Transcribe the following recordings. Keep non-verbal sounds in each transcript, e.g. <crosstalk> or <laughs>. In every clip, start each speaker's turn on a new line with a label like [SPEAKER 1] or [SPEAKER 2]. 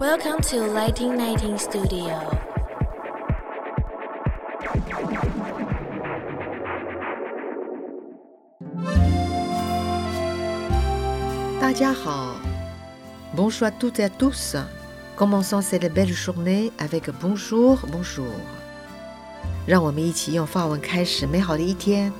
[SPEAKER 1] Welcome to Lighting Nighting Studio.
[SPEAKER 2] 大家好，Bonjour à toutes et à tous. Commençons cette belle journée avec bonjour, bonjour. 让我们一起用法文开始美好的一天。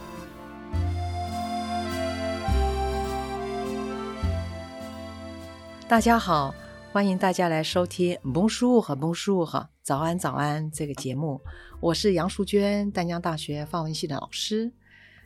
[SPEAKER 2] 大家好，欢迎大家来收听 Bonjour 和 Bonjour 早安早安这个节目。我是杨淑娟，淡江大学法文系的老师。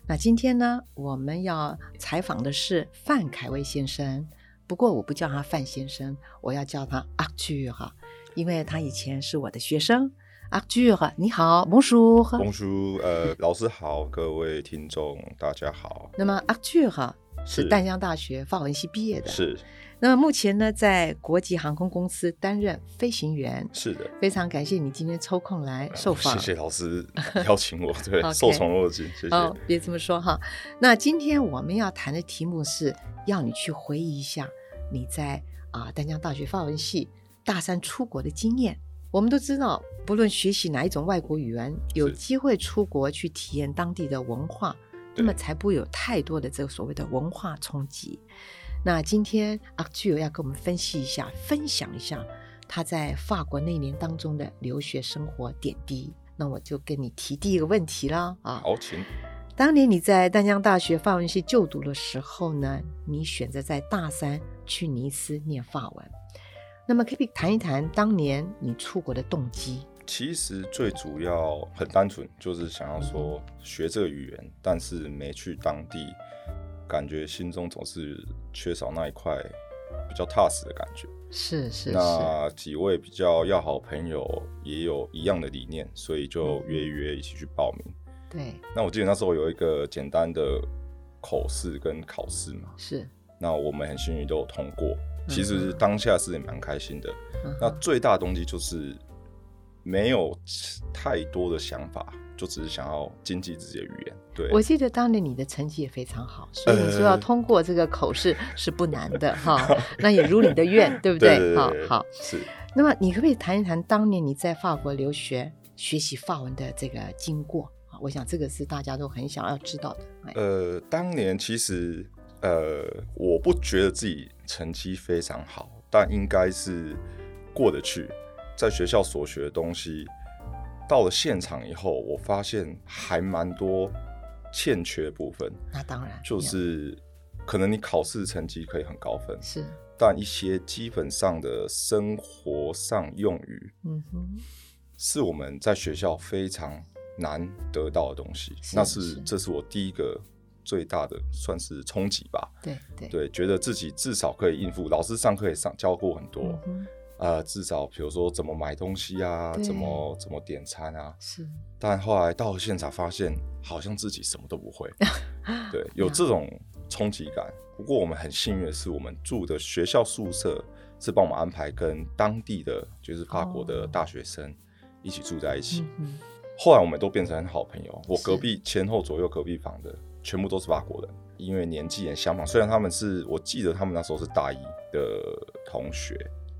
[SPEAKER 2] 那今天呢，我们要采访的是范凯威先生。不过我不叫他范先生，我要叫他阿巨哈，因为他以前是我的学生。阿巨哈，你好，蒙叔。
[SPEAKER 3] 红叔，呃，老师好，各位听众大家好，
[SPEAKER 2] 那么阿巨哈是
[SPEAKER 3] 是
[SPEAKER 2] 淡江大学法文系毕业的，。
[SPEAKER 3] 是
[SPEAKER 2] 那么目前呢，在国际航空公司担任飞行员。
[SPEAKER 3] 是的，
[SPEAKER 2] 非常感谢你今天抽空来受访。
[SPEAKER 3] 谢谢老师邀请
[SPEAKER 2] <laughs>
[SPEAKER 3] 我，对
[SPEAKER 2] OK，
[SPEAKER 3] 受宠若惊，谢谢。
[SPEAKER 2] 哦，别这么说哈。那今天我们要谈的题目是要你去回忆一下你在啊丹江大学法文系大三出国的经验。我们都知道，不论学习哪一种外国语言，有
[SPEAKER 3] 是
[SPEAKER 2] 机会出国去体验当地的文化，那
[SPEAKER 3] 对
[SPEAKER 2] 么才不会有太多的这个所谓的文化冲击。那今天阿具友要跟我们分析一下，分享一下他在法国那一年当中的留学生活点滴。那我就跟你提第一个问题啦啊，
[SPEAKER 3] 好，请
[SPEAKER 2] 当年你在淡江大学法文系就读的时候呢，你选择在大三去尼斯念法文。那么，可不可以谈一谈当年你出国的动机？
[SPEAKER 3] 其实最主要很单纯，就是想要说学这个语言，但是没去当地，感觉心中总是缺少那一块比较踏实的感觉。
[SPEAKER 2] 是是是，
[SPEAKER 3] 那几位比较要好朋友也有一样的理念，所以
[SPEAKER 2] 嗯
[SPEAKER 3] 就约一约一起去报名。
[SPEAKER 2] 对，
[SPEAKER 3] 那我记得那时候有一个简单的口试跟考试嘛，
[SPEAKER 2] 是。
[SPEAKER 3] 那我们很幸运都有通过。其实当下是也蛮开心的。
[SPEAKER 2] 嗯
[SPEAKER 3] 那
[SPEAKER 2] 哼
[SPEAKER 3] 最大的动机就是没有太多的想法，就只是想要精进自己的语言。对，
[SPEAKER 2] 我记得当年你的成绩也非常
[SPEAKER 3] <laughs>
[SPEAKER 2] 好，所以你说要通过这个口试 <laughs> 是不难的
[SPEAKER 3] <laughs>
[SPEAKER 2] 哈。那也如你的愿，对不
[SPEAKER 3] 对对
[SPEAKER 2] 好
[SPEAKER 3] 对
[SPEAKER 2] 好。
[SPEAKER 3] 是
[SPEAKER 2] 那么，你可不可以谈一谈当年你在法国留学学习法文的这个经过？啊我想这个是大家都很想要知道的。哎
[SPEAKER 3] 呃，当年其实呃，我不觉得自己成绩非常好，但应该是过得去。在学校所学的东西，到了现场以后，我发现还蛮多欠缺的部分，
[SPEAKER 2] 那当然
[SPEAKER 3] 就是可能你考试成绩可以很高分，
[SPEAKER 2] 是，
[SPEAKER 3] 但一些基本上的生活上用语，
[SPEAKER 2] 嗯哼，
[SPEAKER 3] 是我们在学校非常难得到的东西。
[SPEAKER 2] 是
[SPEAKER 3] 那是
[SPEAKER 2] 是
[SPEAKER 3] 这是我第一个最大的算是冲击吧。
[SPEAKER 2] 对对，
[SPEAKER 3] 对，觉得自己至少可以应付，老师上课也上教过很多，
[SPEAKER 2] 嗯哼，
[SPEAKER 3] 呃，至少比如说怎么买东西啊，
[SPEAKER 2] 对
[SPEAKER 3] 怎么怎么点餐啊。
[SPEAKER 2] 是
[SPEAKER 3] 但后来到了现场，发现好像自己什么都不
[SPEAKER 2] <laughs>
[SPEAKER 3] 会。对，有这种冲击感。不过我们很幸运的是，我们住的学校宿舍是帮我们安排跟当地的，就是法国
[SPEAKER 2] 哦
[SPEAKER 3] 的大学生一起住在一起。
[SPEAKER 2] 嗯
[SPEAKER 3] 后来我们都变成很好朋友。我
[SPEAKER 2] 是
[SPEAKER 3] 隔壁前后左右隔壁房的全部都是法国人，因为年纪也相仿。虽然他们是我记得他们那时候是大一的同学，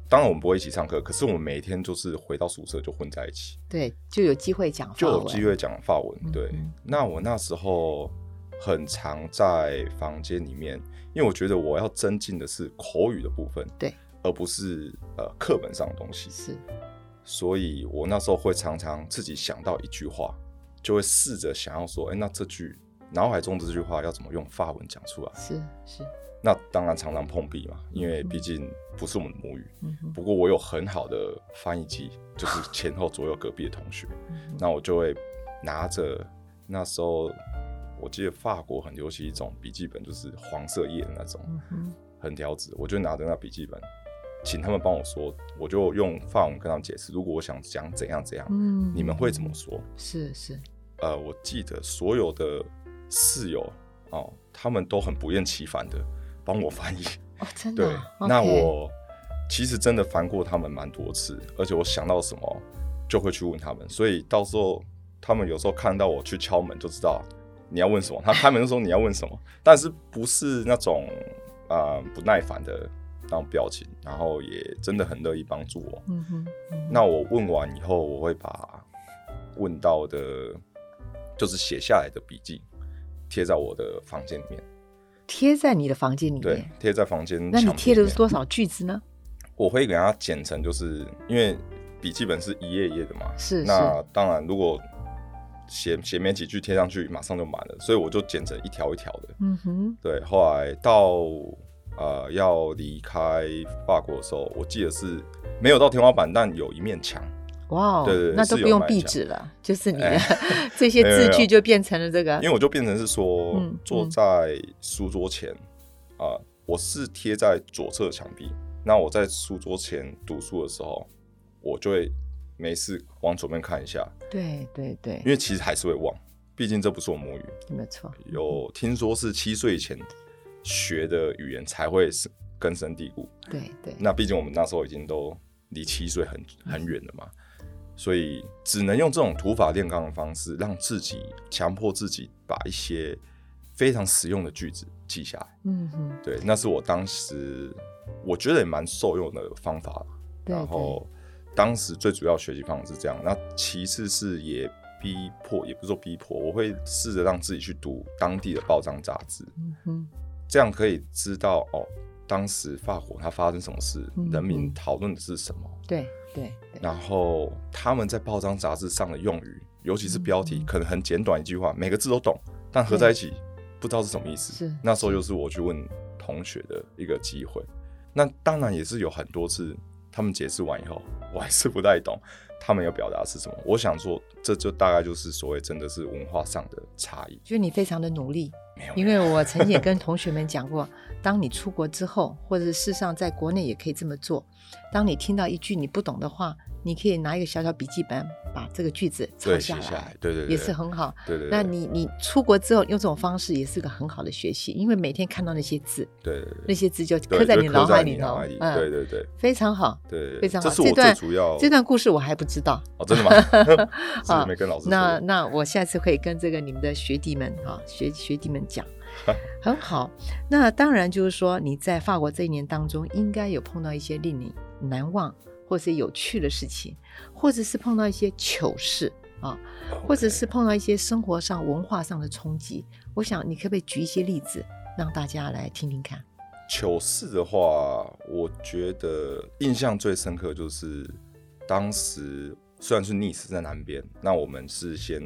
[SPEAKER 3] 当然我们不会一起上课，可是我们每天就是回到宿舍就混在一起。
[SPEAKER 2] 对，就有机会讲
[SPEAKER 3] 就
[SPEAKER 2] 法
[SPEAKER 3] 有
[SPEAKER 2] 文
[SPEAKER 3] 机会讲法文。对
[SPEAKER 2] 嗯，
[SPEAKER 3] 那我那时候很常在房间里面，因为我觉得我要增进的是口语的部分，
[SPEAKER 2] 对，
[SPEAKER 3] 而不是呃课本上的东西。
[SPEAKER 2] 是
[SPEAKER 3] 所以我那时候会常常自己想到一句话，就会试着想要说，哎、那这句脑海中的这句话要怎么用法文讲出来？
[SPEAKER 2] 是是，
[SPEAKER 3] 那当然常常碰壁嘛，因为毕竟不是我们的母语。
[SPEAKER 2] 嗯哼，
[SPEAKER 3] 不过我有很好的翻译机，就是 <laughs> 前后左右隔壁的同学。
[SPEAKER 2] 嗯哼
[SPEAKER 3] 那我就会拿着那时候我记得法国很流行一种笔记本，就是黄色页的那种
[SPEAKER 2] 嗯哼，
[SPEAKER 3] 横条纸，我就拿着那笔记本，请他们帮我说，我就用法文跟他们解释，如果我想讲怎样怎样，
[SPEAKER 2] 嗯
[SPEAKER 3] 你们会怎么说？
[SPEAKER 2] 是是
[SPEAKER 3] 呃，我记得所有的室友哦，他们都很不厌其烦的帮我翻译。
[SPEAKER 2] 哦，真的
[SPEAKER 3] 对
[SPEAKER 2] 啊，
[SPEAKER 3] 那
[SPEAKER 2] OK
[SPEAKER 3] 我其实真的烦过他们蛮多次，而且我想到什么就会去问他们，所以到时候他们有时候看到我去敲门就知道你要问什么，他开门的时候你要问什么，但是不是那种啊、呃不耐烦的那种表情，然后也真的很乐意帮助我。
[SPEAKER 2] 嗯哼，
[SPEAKER 3] 那我问完以后，我会把问到的，就是写下来的笔记贴在我的房间里面，
[SPEAKER 2] 贴在你的房间里
[SPEAKER 3] 对
[SPEAKER 2] 面，，
[SPEAKER 3] 贴在房间。
[SPEAKER 2] 嗯那你贴的是？多少句子呢？
[SPEAKER 3] 我会给它剪成，就是因为笔记本是一页一页的嘛，
[SPEAKER 2] 是
[SPEAKER 3] 那
[SPEAKER 2] 是
[SPEAKER 3] 当然如果写写没几句贴上去，马上就满了，所以我就剪成一条一条的。
[SPEAKER 2] 嗯哼，
[SPEAKER 3] 对，后来到呃要离开法国的时候，我记得是没有到天花板，但有一面墙。
[SPEAKER 2] 哇哦
[SPEAKER 3] 对对对
[SPEAKER 2] 那都不
[SPEAKER 3] 是有
[SPEAKER 2] 用
[SPEAKER 3] 卖
[SPEAKER 2] 壁
[SPEAKER 3] 这样
[SPEAKER 2] 纸了，就是你的、
[SPEAKER 3] <laughs> 哎
[SPEAKER 2] 这些
[SPEAKER 3] 没有没
[SPEAKER 2] 字
[SPEAKER 3] 有
[SPEAKER 2] 句就变成了这个
[SPEAKER 3] 因为我就变成是说、
[SPEAKER 2] 嗯
[SPEAKER 3] 坐
[SPEAKER 2] 嗯
[SPEAKER 3] 在书桌前啊、我是贴在左侧墙壁。那我在书桌前读书的时候，我就会没事往左边看一下，
[SPEAKER 2] 对对对
[SPEAKER 3] 因，为其实还是会忘，毕竟这不是我母语。
[SPEAKER 2] 没错，
[SPEAKER 3] 有听说是七岁前学的语言才会是根深蒂固。
[SPEAKER 2] 对对，
[SPEAKER 3] 那毕竟我们那时候已经都离七岁很很远了嘛，所以只能用这种土法炼钢的方式，让自己强迫自己把一些非常实用的句子记下来。
[SPEAKER 2] 嗯哼，
[SPEAKER 3] 对，那是我当时我觉得也蛮受用的方法啦。
[SPEAKER 2] 对
[SPEAKER 3] 然后当时最主要学习方法是这样，那其次是也逼迫，也不是说逼迫，我会试着让自己去读当地的报章杂志。
[SPEAKER 2] 嗯哼，
[SPEAKER 3] 这样可以知道哦，当时法国它发生什么事，
[SPEAKER 2] 嗯
[SPEAKER 3] 人民
[SPEAKER 2] 嗯
[SPEAKER 3] 讨论的是什么，
[SPEAKER 2] 对对对，
[SPEAKER 3] 然后他们在报章杂志上的用语，尤其是标
[SPEAKER 2] 嗯
[SPEAKER 3] 题，可能很简短一句话，每个字都懂，但合在一起不知道是什么意思。
[SPEAKER 2] 是
[SPEAKER 3] 那时候就是我去问同学的一个机会，那当然也是有很多次他们解释完以后，我还是不太懂他们要表达是什么。我想说，这就大概就是所谓真的是文化上的差异。
[SPEAKER 2] 就是你非常的努力，
[SPEAKER 3] 没有，
[SPEAKER 2] 因为我曾经也跟同学们讲过， <laughs> 当你出国之后，或者事实上在国内也可以这么做。当你听到一句你不懂的话，你可以拿一个小小笔记本把这个句子抄
[SPEAKER 3] 对
[SPEAKER 2] 下来，
[SPEAKER 3] 写下来，对对对，
[SPEAKER 2] 也是很好。
[SPEAKER 3] 对对对。
[SPEAKER 2] 那你你出国之后用这种方式也是个很好的学习，因为每天看到那些字，
[SPEAKER 3] 对对对
[SPEAKER 2] 那些字就
[SPEAKER 3] 对
[SPEAKER 2] 刻在
[SPEAKER 3] 就
[SPEAKER 2] 你
[SPEAKER 3] 刻
[SPEAKER 2] 脑海
[SPEAKER 3] 你
[SPEAKER 2] 里
[SPEAKER 3] 脑
[SPEAKER 2] 头
[SPEAKER 3] 海里，
[SPEAKER 2] 嗯，
[SPEAKER 3] 对对对
[SPEAKER 2] 非常好。
[SPEAKER 3] 对，
[SPEAKER 2] 非常
[SPEAKER 3] 这
[SPEAKER 2] 好，
[SPEAKER 3] 是我最
[SPEAKER 2] 段
[SPEAKER 3] 主要
[SPEAKER 2] 这段故事我还不知道，
[SPEAKER 3] 哦，真的
[SPEAKER 2] <laughs>
[SPEAKER 3] 吗？
[SPEAKER 2] 啊
[SPEAKER 3] 是没跟老师说
[SPEAKER 2] 那那我下次可以跟这个你们的学弟们啊，学学弟们
[SPEAKER 3] <laughs>
[SPEAKER 2] 讲，很好。那当然就是说你在法国这一年当中，应该有碰到一些令你难忘或是有趣的事情，或者是碰到一些糗事啊，或者是碰到一些生活上、文化上的冲击。我想你可不可以举一些例子，让大家来听听看？
[SPEAKER 3] 糗事的话，我觉得印象最深刻就是当时虽然是尼斯在南边，那我们是先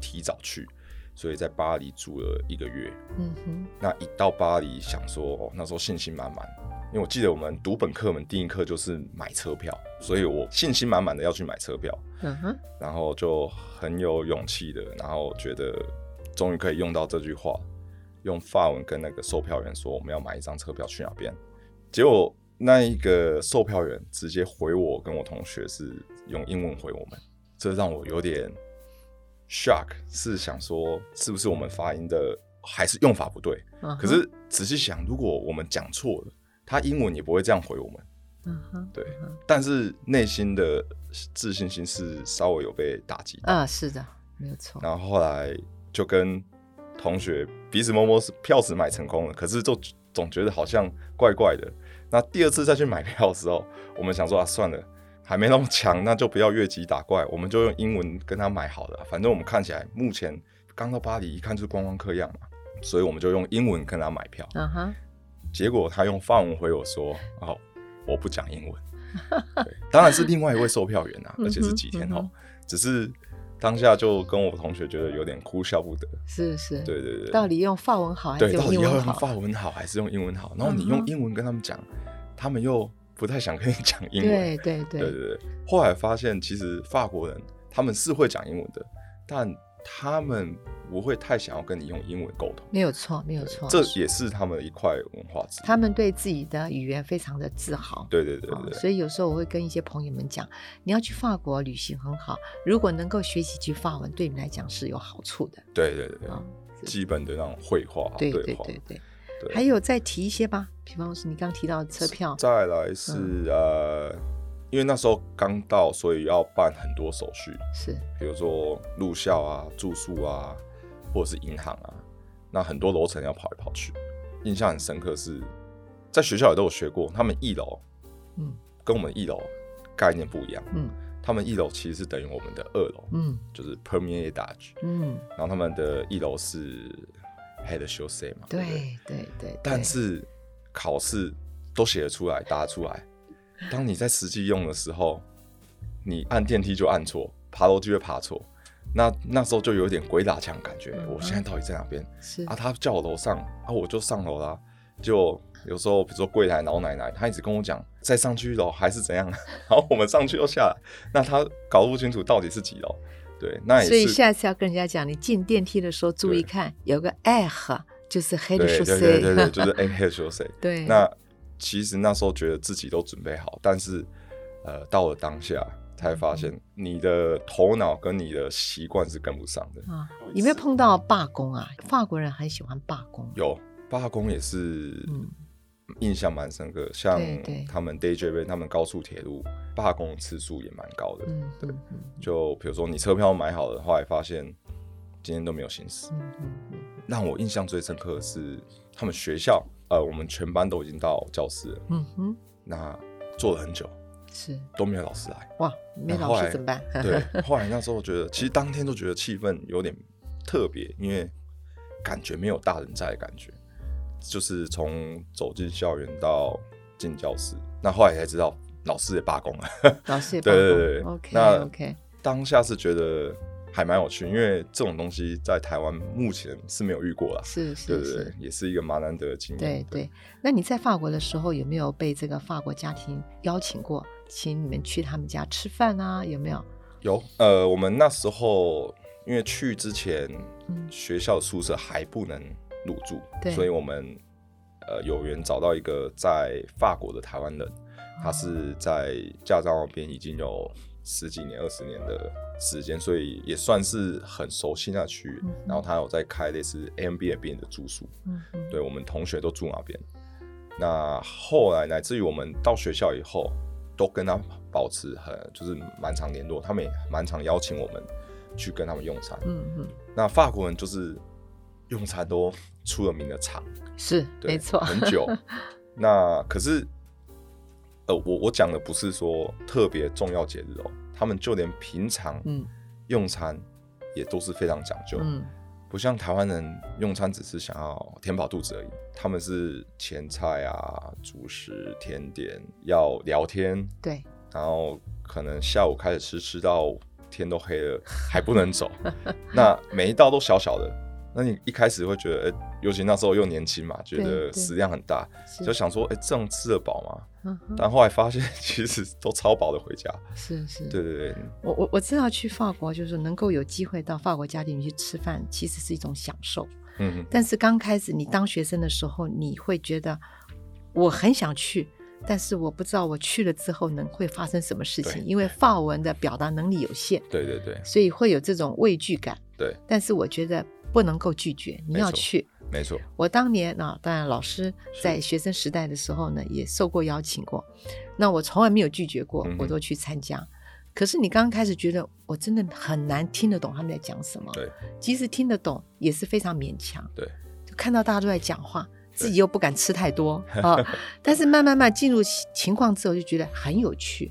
[SPEAKER 3] 提早去，所以在巴黎住了一个月。
[SPEAKER 2] 嗯哼，
[SPEAKER 3] 那一到巴黎，想说哦，那时候信心满满，因为我记得我们读本课们第一课就是买车票，所以我信心满满的要去买车票。
[SPEAKER 2] 嗯哼，
[SPEAKER 3] 然后就很有勇气的，然后觉得终于可以用到这句话，用法文跟那个售票员说我们要买一张车票去哪边，结果那一个售票员直接回我跟我同学是用英文回我们，这让我有点 shock，是想说是不是我们发音的还是用法不对？
[SPEAKER 2] 嗯哼
[SPEAKER 3] 可，是仔细想，如果我们讲错了，他英文也不会这样回我们。
[SPEAKER 2] 嗯哼，
[SPEAKER 3] 对
[SPEAKER 2] 嗯哼
[SPEAKER 3] 但是内心的自信心是稍微有被打击到。
[SPEAKER 2] 啊，是的，没有错。
[SPEAKER 3] 然后后来就跟同学彼此摸摸票是买成功了，可是就总觉得好像怪怪的。那第二次再去买票的时候，我们想说啊，算了，还没那么强，那就不要越级打怪，我们就用英文跟他买好了。反正我们看起来目前刚到巴黎，一看就是观光客样嘛，所以我们就用英文跟他买票。
[SPEAKER 2] 嗯哼。
[SPEAKER 3] 结果他用法文回我
[SPEAKER 2] <laughs>
[SPEAKER 3] 说：“哦，我不讲英文。”对，当然是另外一位售票员啊，
[SPEAKER 2] <laughs> 嗯哼
[SPEAKER 3] 而且是几天后，
[SPEAKER 2] 嗯哼
[SPEAKER 3] 只是当下就跟我同学觉得有点哭笑不得。
[SPEAKER 2] 是是，
[SPEAKER 3] 对对对，
[SPEAKER 2] 到底用法文好还是
[SPEAKER 3] 对到
[SPEAKER 2] 用
[SPEAKER 3] 底
[SPEAKER 2] 英
[SPEAKER 3] 要
[SPEAKER 2] 文
[SPEAKER 3] 用
[SPEAKER 2] 好？
[SPEAKER 3] 法文好还是用英文好？然后
[SPEAKER 2] 嗯
[SPEAKER 3] 你
[SPEAKER 2] 哼
[SPEAKER 3] 用英文跟他们讲，他们又不太想跟你讲英文。
[SPEAKER 2] 对对对
[SPEAKER 3] 对对对。后来发现，其实法国人他们是会讲英文的，但他们不会太想要跟你用英文沟通。
[SPEAKER 2] 没有错，没有错。
[SPEAKER 3] 这也是他们的一块文化之一。
[SPEAKER 2] 他们对自己的语言非常的自豪。
[SPEAKER 3] 对对对
[SPEAKER 2] 啊
[SPEAKER 3] 对对。
[SPEAKER 2] 所以有时候我会跟一些朋友们讲，你要去法国旅行很好，如果能够学几句法文，对你来讲是有好处的
[SPEAKER 3] 对对对对，
[SPEAKER 2] 啊。
[SPEAKER 3] 基本的那种绘画
[SPEAKER 2] 对
[SPEAKER 3] 对
[SPEAKER 2] 对
[SPEAKER 3] 话。
[SPEAKER 2] 对对，
[SPEAKER 3] 对
[SPEAKER 2] 还有再提一些吧，比方说你刚提到的车票，
[SPEAKER 3] 再来是、
[SPEAKER 2] 嗯
[SPEAKER 3] 呃，因为那时候刚到，所以要办很多手续，
[SPEAKER 2] 是
[SPEAKER 3] 比如说入校啊、住宿啊，或者是银行啊，那很多楼层要跑来跑去。印象很深刻是，在学校也都有学过，他们一楼
[SPEAKER 2] 嗯
[SPEAKER 3] 跟我们一楼概念不一样，
[SPEAKER 2] 嗯
[SPEAKER 3] 他们一楼其实是等于我们的二楼，
[SPEAKER 2] 嗯
[SPEAKER 3] 就是 permeate dodge，
[SPEAKER 2] 嗯，
[SPEAKER 3] 然后他们的一楼是 head s h o s e 嘛，对不对
[SPEAKER 2] 对对对。
[SPEAKER 3] 但
[SPEAKER 2] 对
[SPEAKER 3] 是考试都写得出来，答得出来。当你在实际用的时候，你按电梯就按错，爬楼梯会爬错。那那时候就有点鬼打墙感觉，
[SPEAKER 2] 嗯
[SPEAKER 3] 我现在到底在哪边
[SPEAKER 2] 是
[SPEAKER 3] 啊？他叫我楼上啊，我就上楼啦。就有时候比如说柜台老奶奶，她一直跟我讲再上去一楼还是怎样， <laughs> 然后我们上去又下来，那她搞不清楚到底是几楼。对，那也是。
[SPEAKER 2] 所以下次要跟人家讲，你进电梯的时候注意
[SPEAKER 3] 对
[SPEAKER 2] 看，有个 h 就是黑的
[SPEAKER 3] 对
[SPEAKER 2] 说
[SPEAKER 3] 对
[SPEAKER 2] C，
[SPEAKER 3] 对对对，就是 A H S C。
[SPEAKER 2] 对
[SPEAKER 3] 那其实那时候觉得自己都准备好，但是呃，到了当下才发现，
[SPEAKER 2] 嗯
[SPEAKER 3] 你的头脑跟你的习惯是跟不上的。
[SPEAKER 2] 啊，有没有碰到罢工啊？法国人很喜欢罢工，
[SPEAKER 3] 有罢工也是
[SPEAKER 2] 嗯
[SPEAKER 3] 印象蛮深刻，像
[SPEAKER 2] 对对
[SPEAKER 3] 他们 Day j b 他们高速铁路罢工次数也蛮高的。
[SPEAKER 2] 嗯，
[SPEAKER 3] 对
[SPEAKER 2] 嗯嗯
[SPEAKER 3] 就比如说你车票买好了，后来发现今天都没有行驶。
[SPEAKER 2] 嗯嗯嗯
[SPEAKER 3] 让我印象最深刻的是他们学校，呃，我们全班都已经到教室了，
[SPEAKER 2] 嗯哼，
[SPEAKER 3] 那坐了很久。
[SPEAKER 2] 是
[SPEAKER 3] 都没有老师来。
[SPEAKER 2] 哇，没
[SPEAKER 3] 那
[SPEAKER 2] 老
[SPEAKER 3] 后
[SPEAKER 2] 师
[SPEAKER 3] 来
[SPEAKER 2] 怎么办？
[SPEAKER 3] 对，后来那时候觉得，其实当天就觉得气氛有点特别，因为感觉没有大人在的感觉，就是从走进校园到进教室，那后来才知道老师也罢工了。
[SPEAKER 2] <laughs> 老师也罢
[SPEAKER 3] 对
[SPEAKER 2] 工
[SPEAKER 3] 对对对
[SPEAKER 2] o k
[SPEAKER 3] 那
[SPEAKER 2] OK，
[SPEAKER 3] 当下是觉得还蛮有趣，因为这种东西在台湾目前是没有遇过啦。
[SPEAKER 2] 是
[SPEAKER 3] 对嗯
[SPEAKER 2] 是
[SPEAKER 3] 对对
[SPEAKER 2] 是，，
[SPEAKER 3] 也是一个蛮难得的经
[SPEAKER 2] 对
[SPEAKER 3] 验。
[SPEAKER 2] 对。那你在法国的时候有没有被这个法国家庭邀请过，请你们去他们家吃饭啊？有没有？
[SPEAKER 3] 有，呃，我们那时候因为去之前，
[SPEAKER 2] 嗯
[SPEAKER 3] 学校宿舍还不能入住，
[SPEAKER 2] 对
[SPEAKER 3] 所以我们呃有缘找到一个在法国的台湾人，
[SPEAKER 2] 哦
[SPEAKER 3] 他
[SPEAKER 2] 啊
[SPEAKER 3] 是在驾照那边已经有十几年、二十年的时间，所以也算是很熟悉那区域。
[SPEAKER 2] 嗯
[SPEAKER 3] 然后他有在开类似 a m b n b 的住宿，
[SPEAKER 2] 嗯嗯
[SPEAKER 3] 对我们同学都住那边。那后来乃至于我们到学校以后，都跟他保持很就是蛮常联络，他们也蛮常邀请我们去跟他们用餐。
[SPEAKER 2] 嗯
[SPEAKER 3] 那法国人就是用餐都出了名的长，
[SPEAKER 2] 嗯，是
[SPEAKER 3] 对，
[SPEAKER 2] 没错，
[SPEAKER 3] 很
[SPEAKER 2] <laughs>
[SPEAKER 3] 久。那可是，呃，我我讲的不是说特别重要节日哦，他们就连平常
[SPEAKER 2] 嗯
[SPEAKER 3] 用餐也都是非常讲究。
[SPEAKER 2] 嗯
[SPEAKER 3] 不像台湾人用餐只是想要填饱肚子而已，他们是前菜啊、主食、甜点，要聊天，
[SPEAKER 2] 对，
[SPEAKER 3] 然后可能下午开始吃，吃到天都黑了还不
[SPEAKER 2] <laughs>
[SPEAKER 3] 能走。那每一道都小小的，那你一开始会觉得，诶尤其那时候又年轻嘛，觉
[SPEAKER 2] 对对
[SPEAKER 3] 得食量很大，
[SPEAKER 2] 是
[SPEAKER 3] 就想说，哎、这样吃得饱吗？
[SPEAKER 2] 嗯哼
[SPEAKER 3] 但后来发现 <laughs> 其实都超饱的回家。
[SPEAKER 2] 是是，
[SPEAKER 3] 对对对，
[SPEAKER 2] 我我我知道去法国就是能够有机会到法国家庭去吃饭，其实是一种享受。
[SPEAKER 3] 嗯，
[SPEAKER 2] 但是刚开始你当学生的时候，你会觉得我很想去，但是我不知道我去了之后能会发生什么事情，
[SPEAKER 3] 对
[SPEAKER 2] 因为法文的表达能力有限，
[SPEAKER 3] 对对对
[SPEAKER 2] 所以会有这种畏惧感。
[SPEAKER 3] 对，
[SPEAKER 2] 但是我觉得不能够拒绝，你
[SPEAKER 3] 没
[SPEAKER 2] 要
[SPEAKER 3] 错
[SPEAKER 2] 去。
[SPEAKER 3] 没错，
[SPEAKER 2] 我当年啊，当然老师在学生时代的时候呢，也受过邀请过，那我从来没有拒绝过
[SPEAKER 3] 嗯哼，
[SPEAKER 2] 我都去参加。可是你刚开始觉得我真的很难听得懂他们在讲什么，
[SPEAKER 3] 对
[SPEAKER 2] 即使听得懂也是非常勉强。
[SPEAKER 3] 对，
[SPEAKER 2] 就看到大家都在讲话，
[SPEAKER 3] 对
[SPEAKER 2] 自己又不敢吃太
[SPEAKER 3] <laughs>
[SPEAKER 2] 多啊。但是慢慢慢进入情情况之后，就觉得很有趣，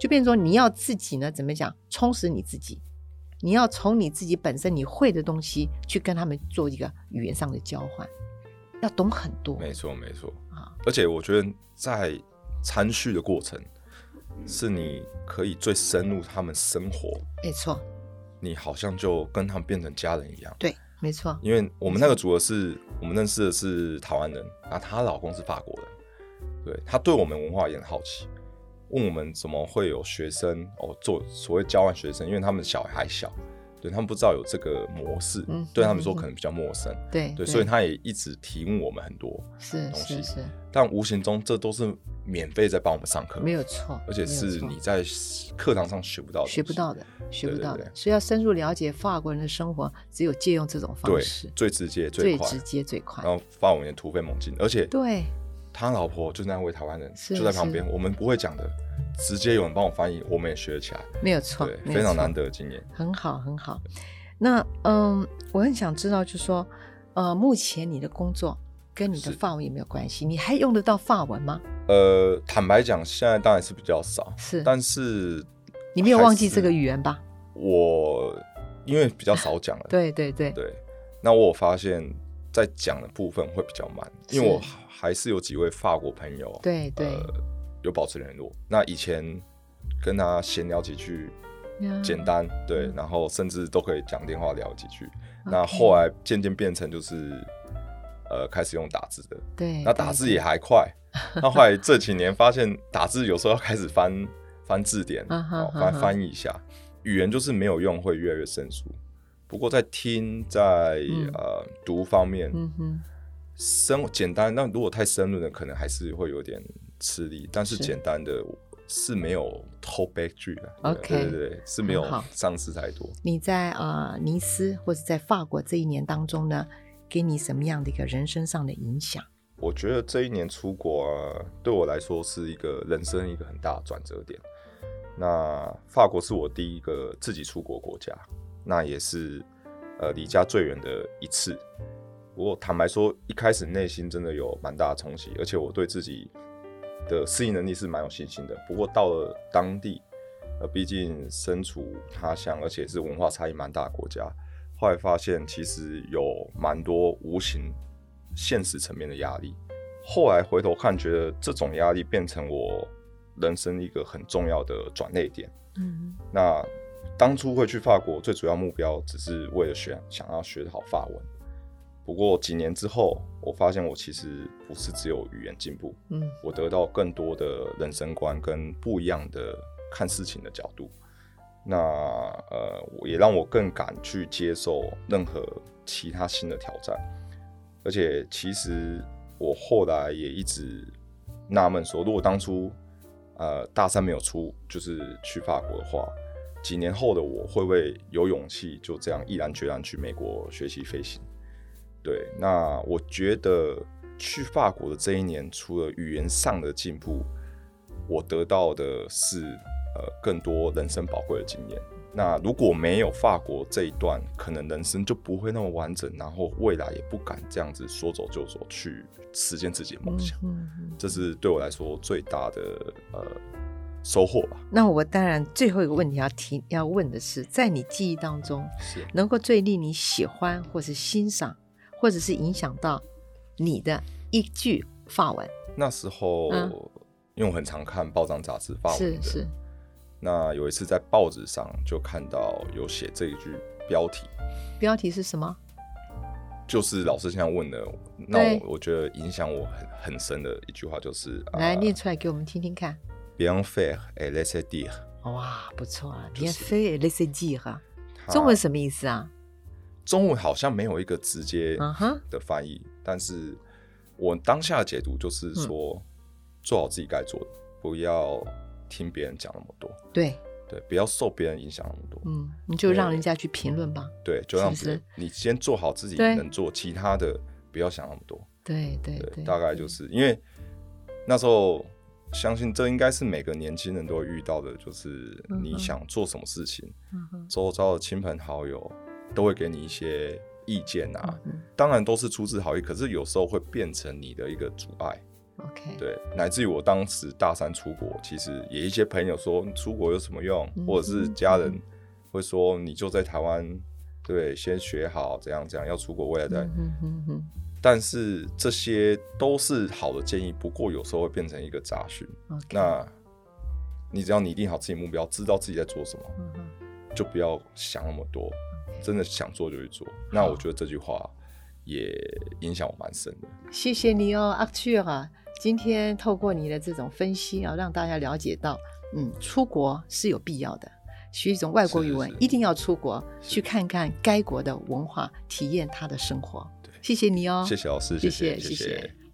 [SPEAKER 2] 就变成说你要自己呢怎么讲充实你自己，你要从你自己本身你会的东西去跟他们做一个语言上的交换，要懂很多
[SPEAKER 3] 没错没错。
[SPEAKER 2] 啊。
[SPEAKER 3] 而且我觉得在参叙的过程，是你可以最深入他们生活，
[SPEAKER 2] 没错，
[SPEAKER 3] 你好像就跟他们变成家人一样。
[SPEAKER 2] 对，没错，
[SPEAKER 3] 因为我们那个组合是我们认识的是台湾人，啊，她老公是法国人，对她对我们文化也很好奇，问我们怎么会有学生哦做所谓交换学生，因为他们小孩还小，对他们不知道有这个模式，
[SPEAKER 2] 嗯
[SPEAKER 3] 对他们
[SPEAKER 2] 嗯
[SPEAKER 3] 说
[SPEAKER 2] 嗯
[SPEAKER 3] 可能比较陌生，
[SPEAKER 2] 对
[SPEAKER 3] 对，所以他也一直提问我们很多，
[SPEAKER 2] 是
[SPEAKER 3] 东
[SPEAKER 2] 是
[SPEAKER 3] 西
[SPEAKER 2] 是，
[SPEAKER 3] 但无形中这都是免费在帮我们上课，
[SPEAKER 2] 没有错，
[SPEAKER 3] 而且
[SPEAKER 2] 没有
[SPEAKER 3] 是
[SPEAKER 2] 错
[SPEAKER 3] 你在课堂上学不到的，
[SPEAKER 2] 学不到。的，学不
[SPEAKER 3] 对对
[SPEAKER 2] 到的，
[SPEAKER 3] 对
[SPEAKER 2] 所以要深入了解法国人的生活，只有借用这种方
[SPEAKER 3] 对
[SPEAKER 2] 式，，
[SPEAKER 3] 最直接
[SPEAKER 2] 最
[SPEAKER 3] 快，
[SPEAKER 2] 直接最快
[SPEAKER 3] 然。后发文也突飞猛进，而且
[SPEAKER 2] 对，
[SPEAKER 3] 他老婆就是那位台湾人，
[SPEAKER 2] 是
[SPEAKER 3] 就在旁边，我们不会讲的，直接有人帮我翻译，我们也学起来，
[SPEAKER 2] 没有错
[SPEAKER 3] 对，，
[SPEAKER 2] 没有
[SPEAKER 3] 非常
[SPEAKER 2] 错
[SPEAKER 3] 难，得的经验。
[SPEAKER 2] 很好，很好。那嗯，我很想知道，就是说，呃，目前你的工作跟你的
[SPEAKER 3] 是
[SPEAKER 2] 法文有没有关系？你还用得到法文吗？
[SPEAKER 3] 呃，坦白讲，现在当然是比较少，
[SPEAKER 2] 是，
[SPEAKER 3] 但是
[SPEAKER 2] 你没有忘记
[SPEAKER 3] 还是呃
[SPEAKER 2] 这个语言吧？，
[SPEAKER 3] 我因为比较少讲了
[SPEAKER 2] <laughs> 对对对，
[SPEAKER 3] 对，那我有发现，在讲的部分会比较慢，因为
[SPEAKER 2] 是
[SPEAKER 3] 我还是有几位法国朋友，
[SPEAKER 2] 对对
[SPEAKER 3] 呃，有保持联络。那以前跟他闲聊几句，
[SPEAKER 2] 呀
[SPEAKER 3] 简单、对
[SPEAKER 2] 嗯，
[SPEAKER 3] 然后甚至都可以讲电话聊几句。
[SPEAKER 2] OK
[SPEAKER 3] 那后来渐渐变成就是，呃，开始用打字的，
[SPEAKER 2] 对，
[SPEAKER 3] 那
[SPEAKER 2] 对
[SPEAKER 3] 打字也还
[SPEAKER 2] <laughs>
[SPEAKER 3] 快。那后来这几年发现，打字有时候要开始翻翻字典，
[SPEAKER 2] 啊哈
[SPEAKER 3] 哦
[SPEAKER 2] 啊
[SPEAKER 3] 翻
[SPEAKER 2] 哈
[SPEAKER 3] 翻译一下。语言就是没有用，会越来越生疏。不过在听在
[SPEAKER 2] 嗯
[SPEAKER 3] 呃读方面，
[SPEAKER 2] 嗯哼，
[SPEAKER 3] 深简单，那如果太深入的，可能还是会有点吃力。但是
[SPEAKER 2] 是
[SPEAKER 3] 简单的是没有偷 back 句的
[SPEAKER 2] OK，
[SPEAKER 3] 对对对，是没有
[SPEAKER 2] 很好
[SPEAKER 3] 上次太多。
[SPEAKER 2] 你在呃尼斯或者在法国这一年当中呢，给你什么样的一个人生上的影响？
[SPEAKER 3] 我觉得这一年出国、啊、对我来说是一个人生一个很大的转折点。那法国是我第一个自己出国国家，那也是呃离家最远的一次。不过坦白说，一开始内心真的有蛮大的冲击，而且我对自己的适应能力是蛮有信心的。不过到了当地，呃，毕竟身处他乡，而且是文化差异蛮大的国家，后来发现其实有蛮多无形、现实层面的压力。后来回头看，觉得这种压力变成我人生一个很重要的转捩点。
[SPEAKER 2] 嗯，
[SPEAKER 3] 那当初会去法国，最主要目标只是为了学，想要学好法文。不过几年之后，我发现我其实不是只有语言进步，
[SPEAKER 2] 嗯
[SPEAKER 3] 我得到更多的人生观跟不一样的看事情的角度。那呃，我也让我更敢去接受任何其他新的挑战。而且其实我后来也一直纳闷说，如果当初呃大三没有出，就是去法国的话，几年后的我会不会有勇气就这样毅然决然去美国学习飞行？对，那我觉得去法国的这一年，除了语言上的进步，我得到的是呃更多人生宝贵的经验。那如果没有法国这一段，可能人生就不会那么完整，然后未来也不敢这样子说走就走去实现自己的梦想。
[SPEAKER 2] 嗯嗯
[SPEAKER 3] 这是对我来说最大的呃收获吧。
[SPEAKER 2] 那我当然最后一个问题要提要问的是，在你记忆当中，
[SPEAKER 3] 是
[SPEAKER 2] 能够最令你喜欢或是欣赏，或者是影响到你的一句法文，
[SPEAKER 3] 那时候，
[SPEAKER 2] 嗯
[SPEAKER 3] 因为我很常看报章杂志发文
[SPEAKER 2] 是
[SPEAKER 3] 的，
[SPEAKER 2] 是，
[SPEAKER 3] 那有一次在报纸上就看到有写这一句标题，
[SPEAKER 2] 标题是什么？
[SPEAKER 3] 就是老师现在问的，那
[SPEAKER 2] 对
[SPEAKER 3] 我我觉得影响我很很深的一句话就是，
[SPEAKER 2] 来
[SPEAKER 3] 呃
[SPEAKER 2] 念出来给我们听听看。
[SPEAKER 3] bien faire et laisser dire，
[SPEAKER 2] 哇，不错啊
[SPEAKER 3] 就
[SPEAKER 2] ，bien
[SPEAKER 3] 是
[SPEAKER 2] fait l a i s e dire 哈，
[SPEAKER 3] 它
[SPEAKER 2] 中文什么意思啊？
[SPEAKER 3] 中文好像没有一个直接
[SPEAKER 2] 嗯哼
[SPEAKER 3] 的翻译，但是我当下的解读就是说，
[SPEAKER 2] 嗯
[SPEAKER 3] 做好自己该做的，不要听别人讲那么多，
[SPEAKER 2] 对，
[SPEAKER 3] 对，不要受别人影响那么多，
[SPEAKER 2] 嗯，你就让人家去评论吧。
[SPEAKER 3] 对，就让
[SPEAKER 2] 是不
[SPEAKER 3] 别
[SPEAKER 2] 是
[SPEAKER 3] 人你先做好自己
[SPEAKER 2] 对
[SPEAKER 3] 能做，其他的不要想那么多，
[SPEAKER 2] 对对
[SPEAKER 3] 对，
[SPEAKER 2] 对，
[SPEAKER 3] 大概就是因为那时候。相信这应该是每个年轻人都会遇到的，就是
[SPEAKER 2] 嗯
[SPEAKER 3] 你
[SPEAKER 2] 哼
[SPEAKER 3] 想做什么事情，
[SPEAKER 2] 嗯哼，
[SPEAKER 3] 周遭的亲朋好友都会给你一些意见啊，
[SPEAKER 2] 嗯哼
[SPEAKER 3] 当然都是出自好意，可是有时候会变成你的一个阻碍，
[SPEAKER 2] ，OK，
[SPEAKER 3] 对，乃至于我当时大三出国，其实也一些朋友说出国有什么用，
[SPEAKER 2] 嗯
[SPEAKER 3] 或者是家人会说你就在台湾，对，先学好怎样怎样，要出国未来再。
[SPEAKER 2] 嗯哼哼哼
[SPEAKER 3] 但是这些都是好的建议，不过有时候会变成一个杂讯。
[SPEAKER 2] ，OK，
[SPEAKER 3] 那你只要拟定好自己目标，知道自己在做什么，
[SPEAKER 2] 嗯哼
[SPEAKER 3] 就不要想那么多，真的想做就去做。那我觉得这句话也影响我蛮深的。
[SPEAKER 2] 谢谢你哦，阿趣啊！今天透过你的这种分析啊，让大家了解到，嗯，出国是有必要的，学一种外国语文
[SPEAKER 3] 是是
[SPEAKER 2] 一定要出国
[SPEAKER 3] 是
[SPEAKER 2] 去看看该国的文化，体验他的生活
[SPEAKER 3] 对。
[SPEAKER 2] 谢谢你哦，
[SPEAKER 3] 谢谢老师，
[SPEAKER 2] 谢
[SPEAKER 3] 谢
[SPEAKER 2] 谢谢
[SPEAKER 3] 谢
[SPEAKER 2] 谢
[SPEAKER 3] 谢。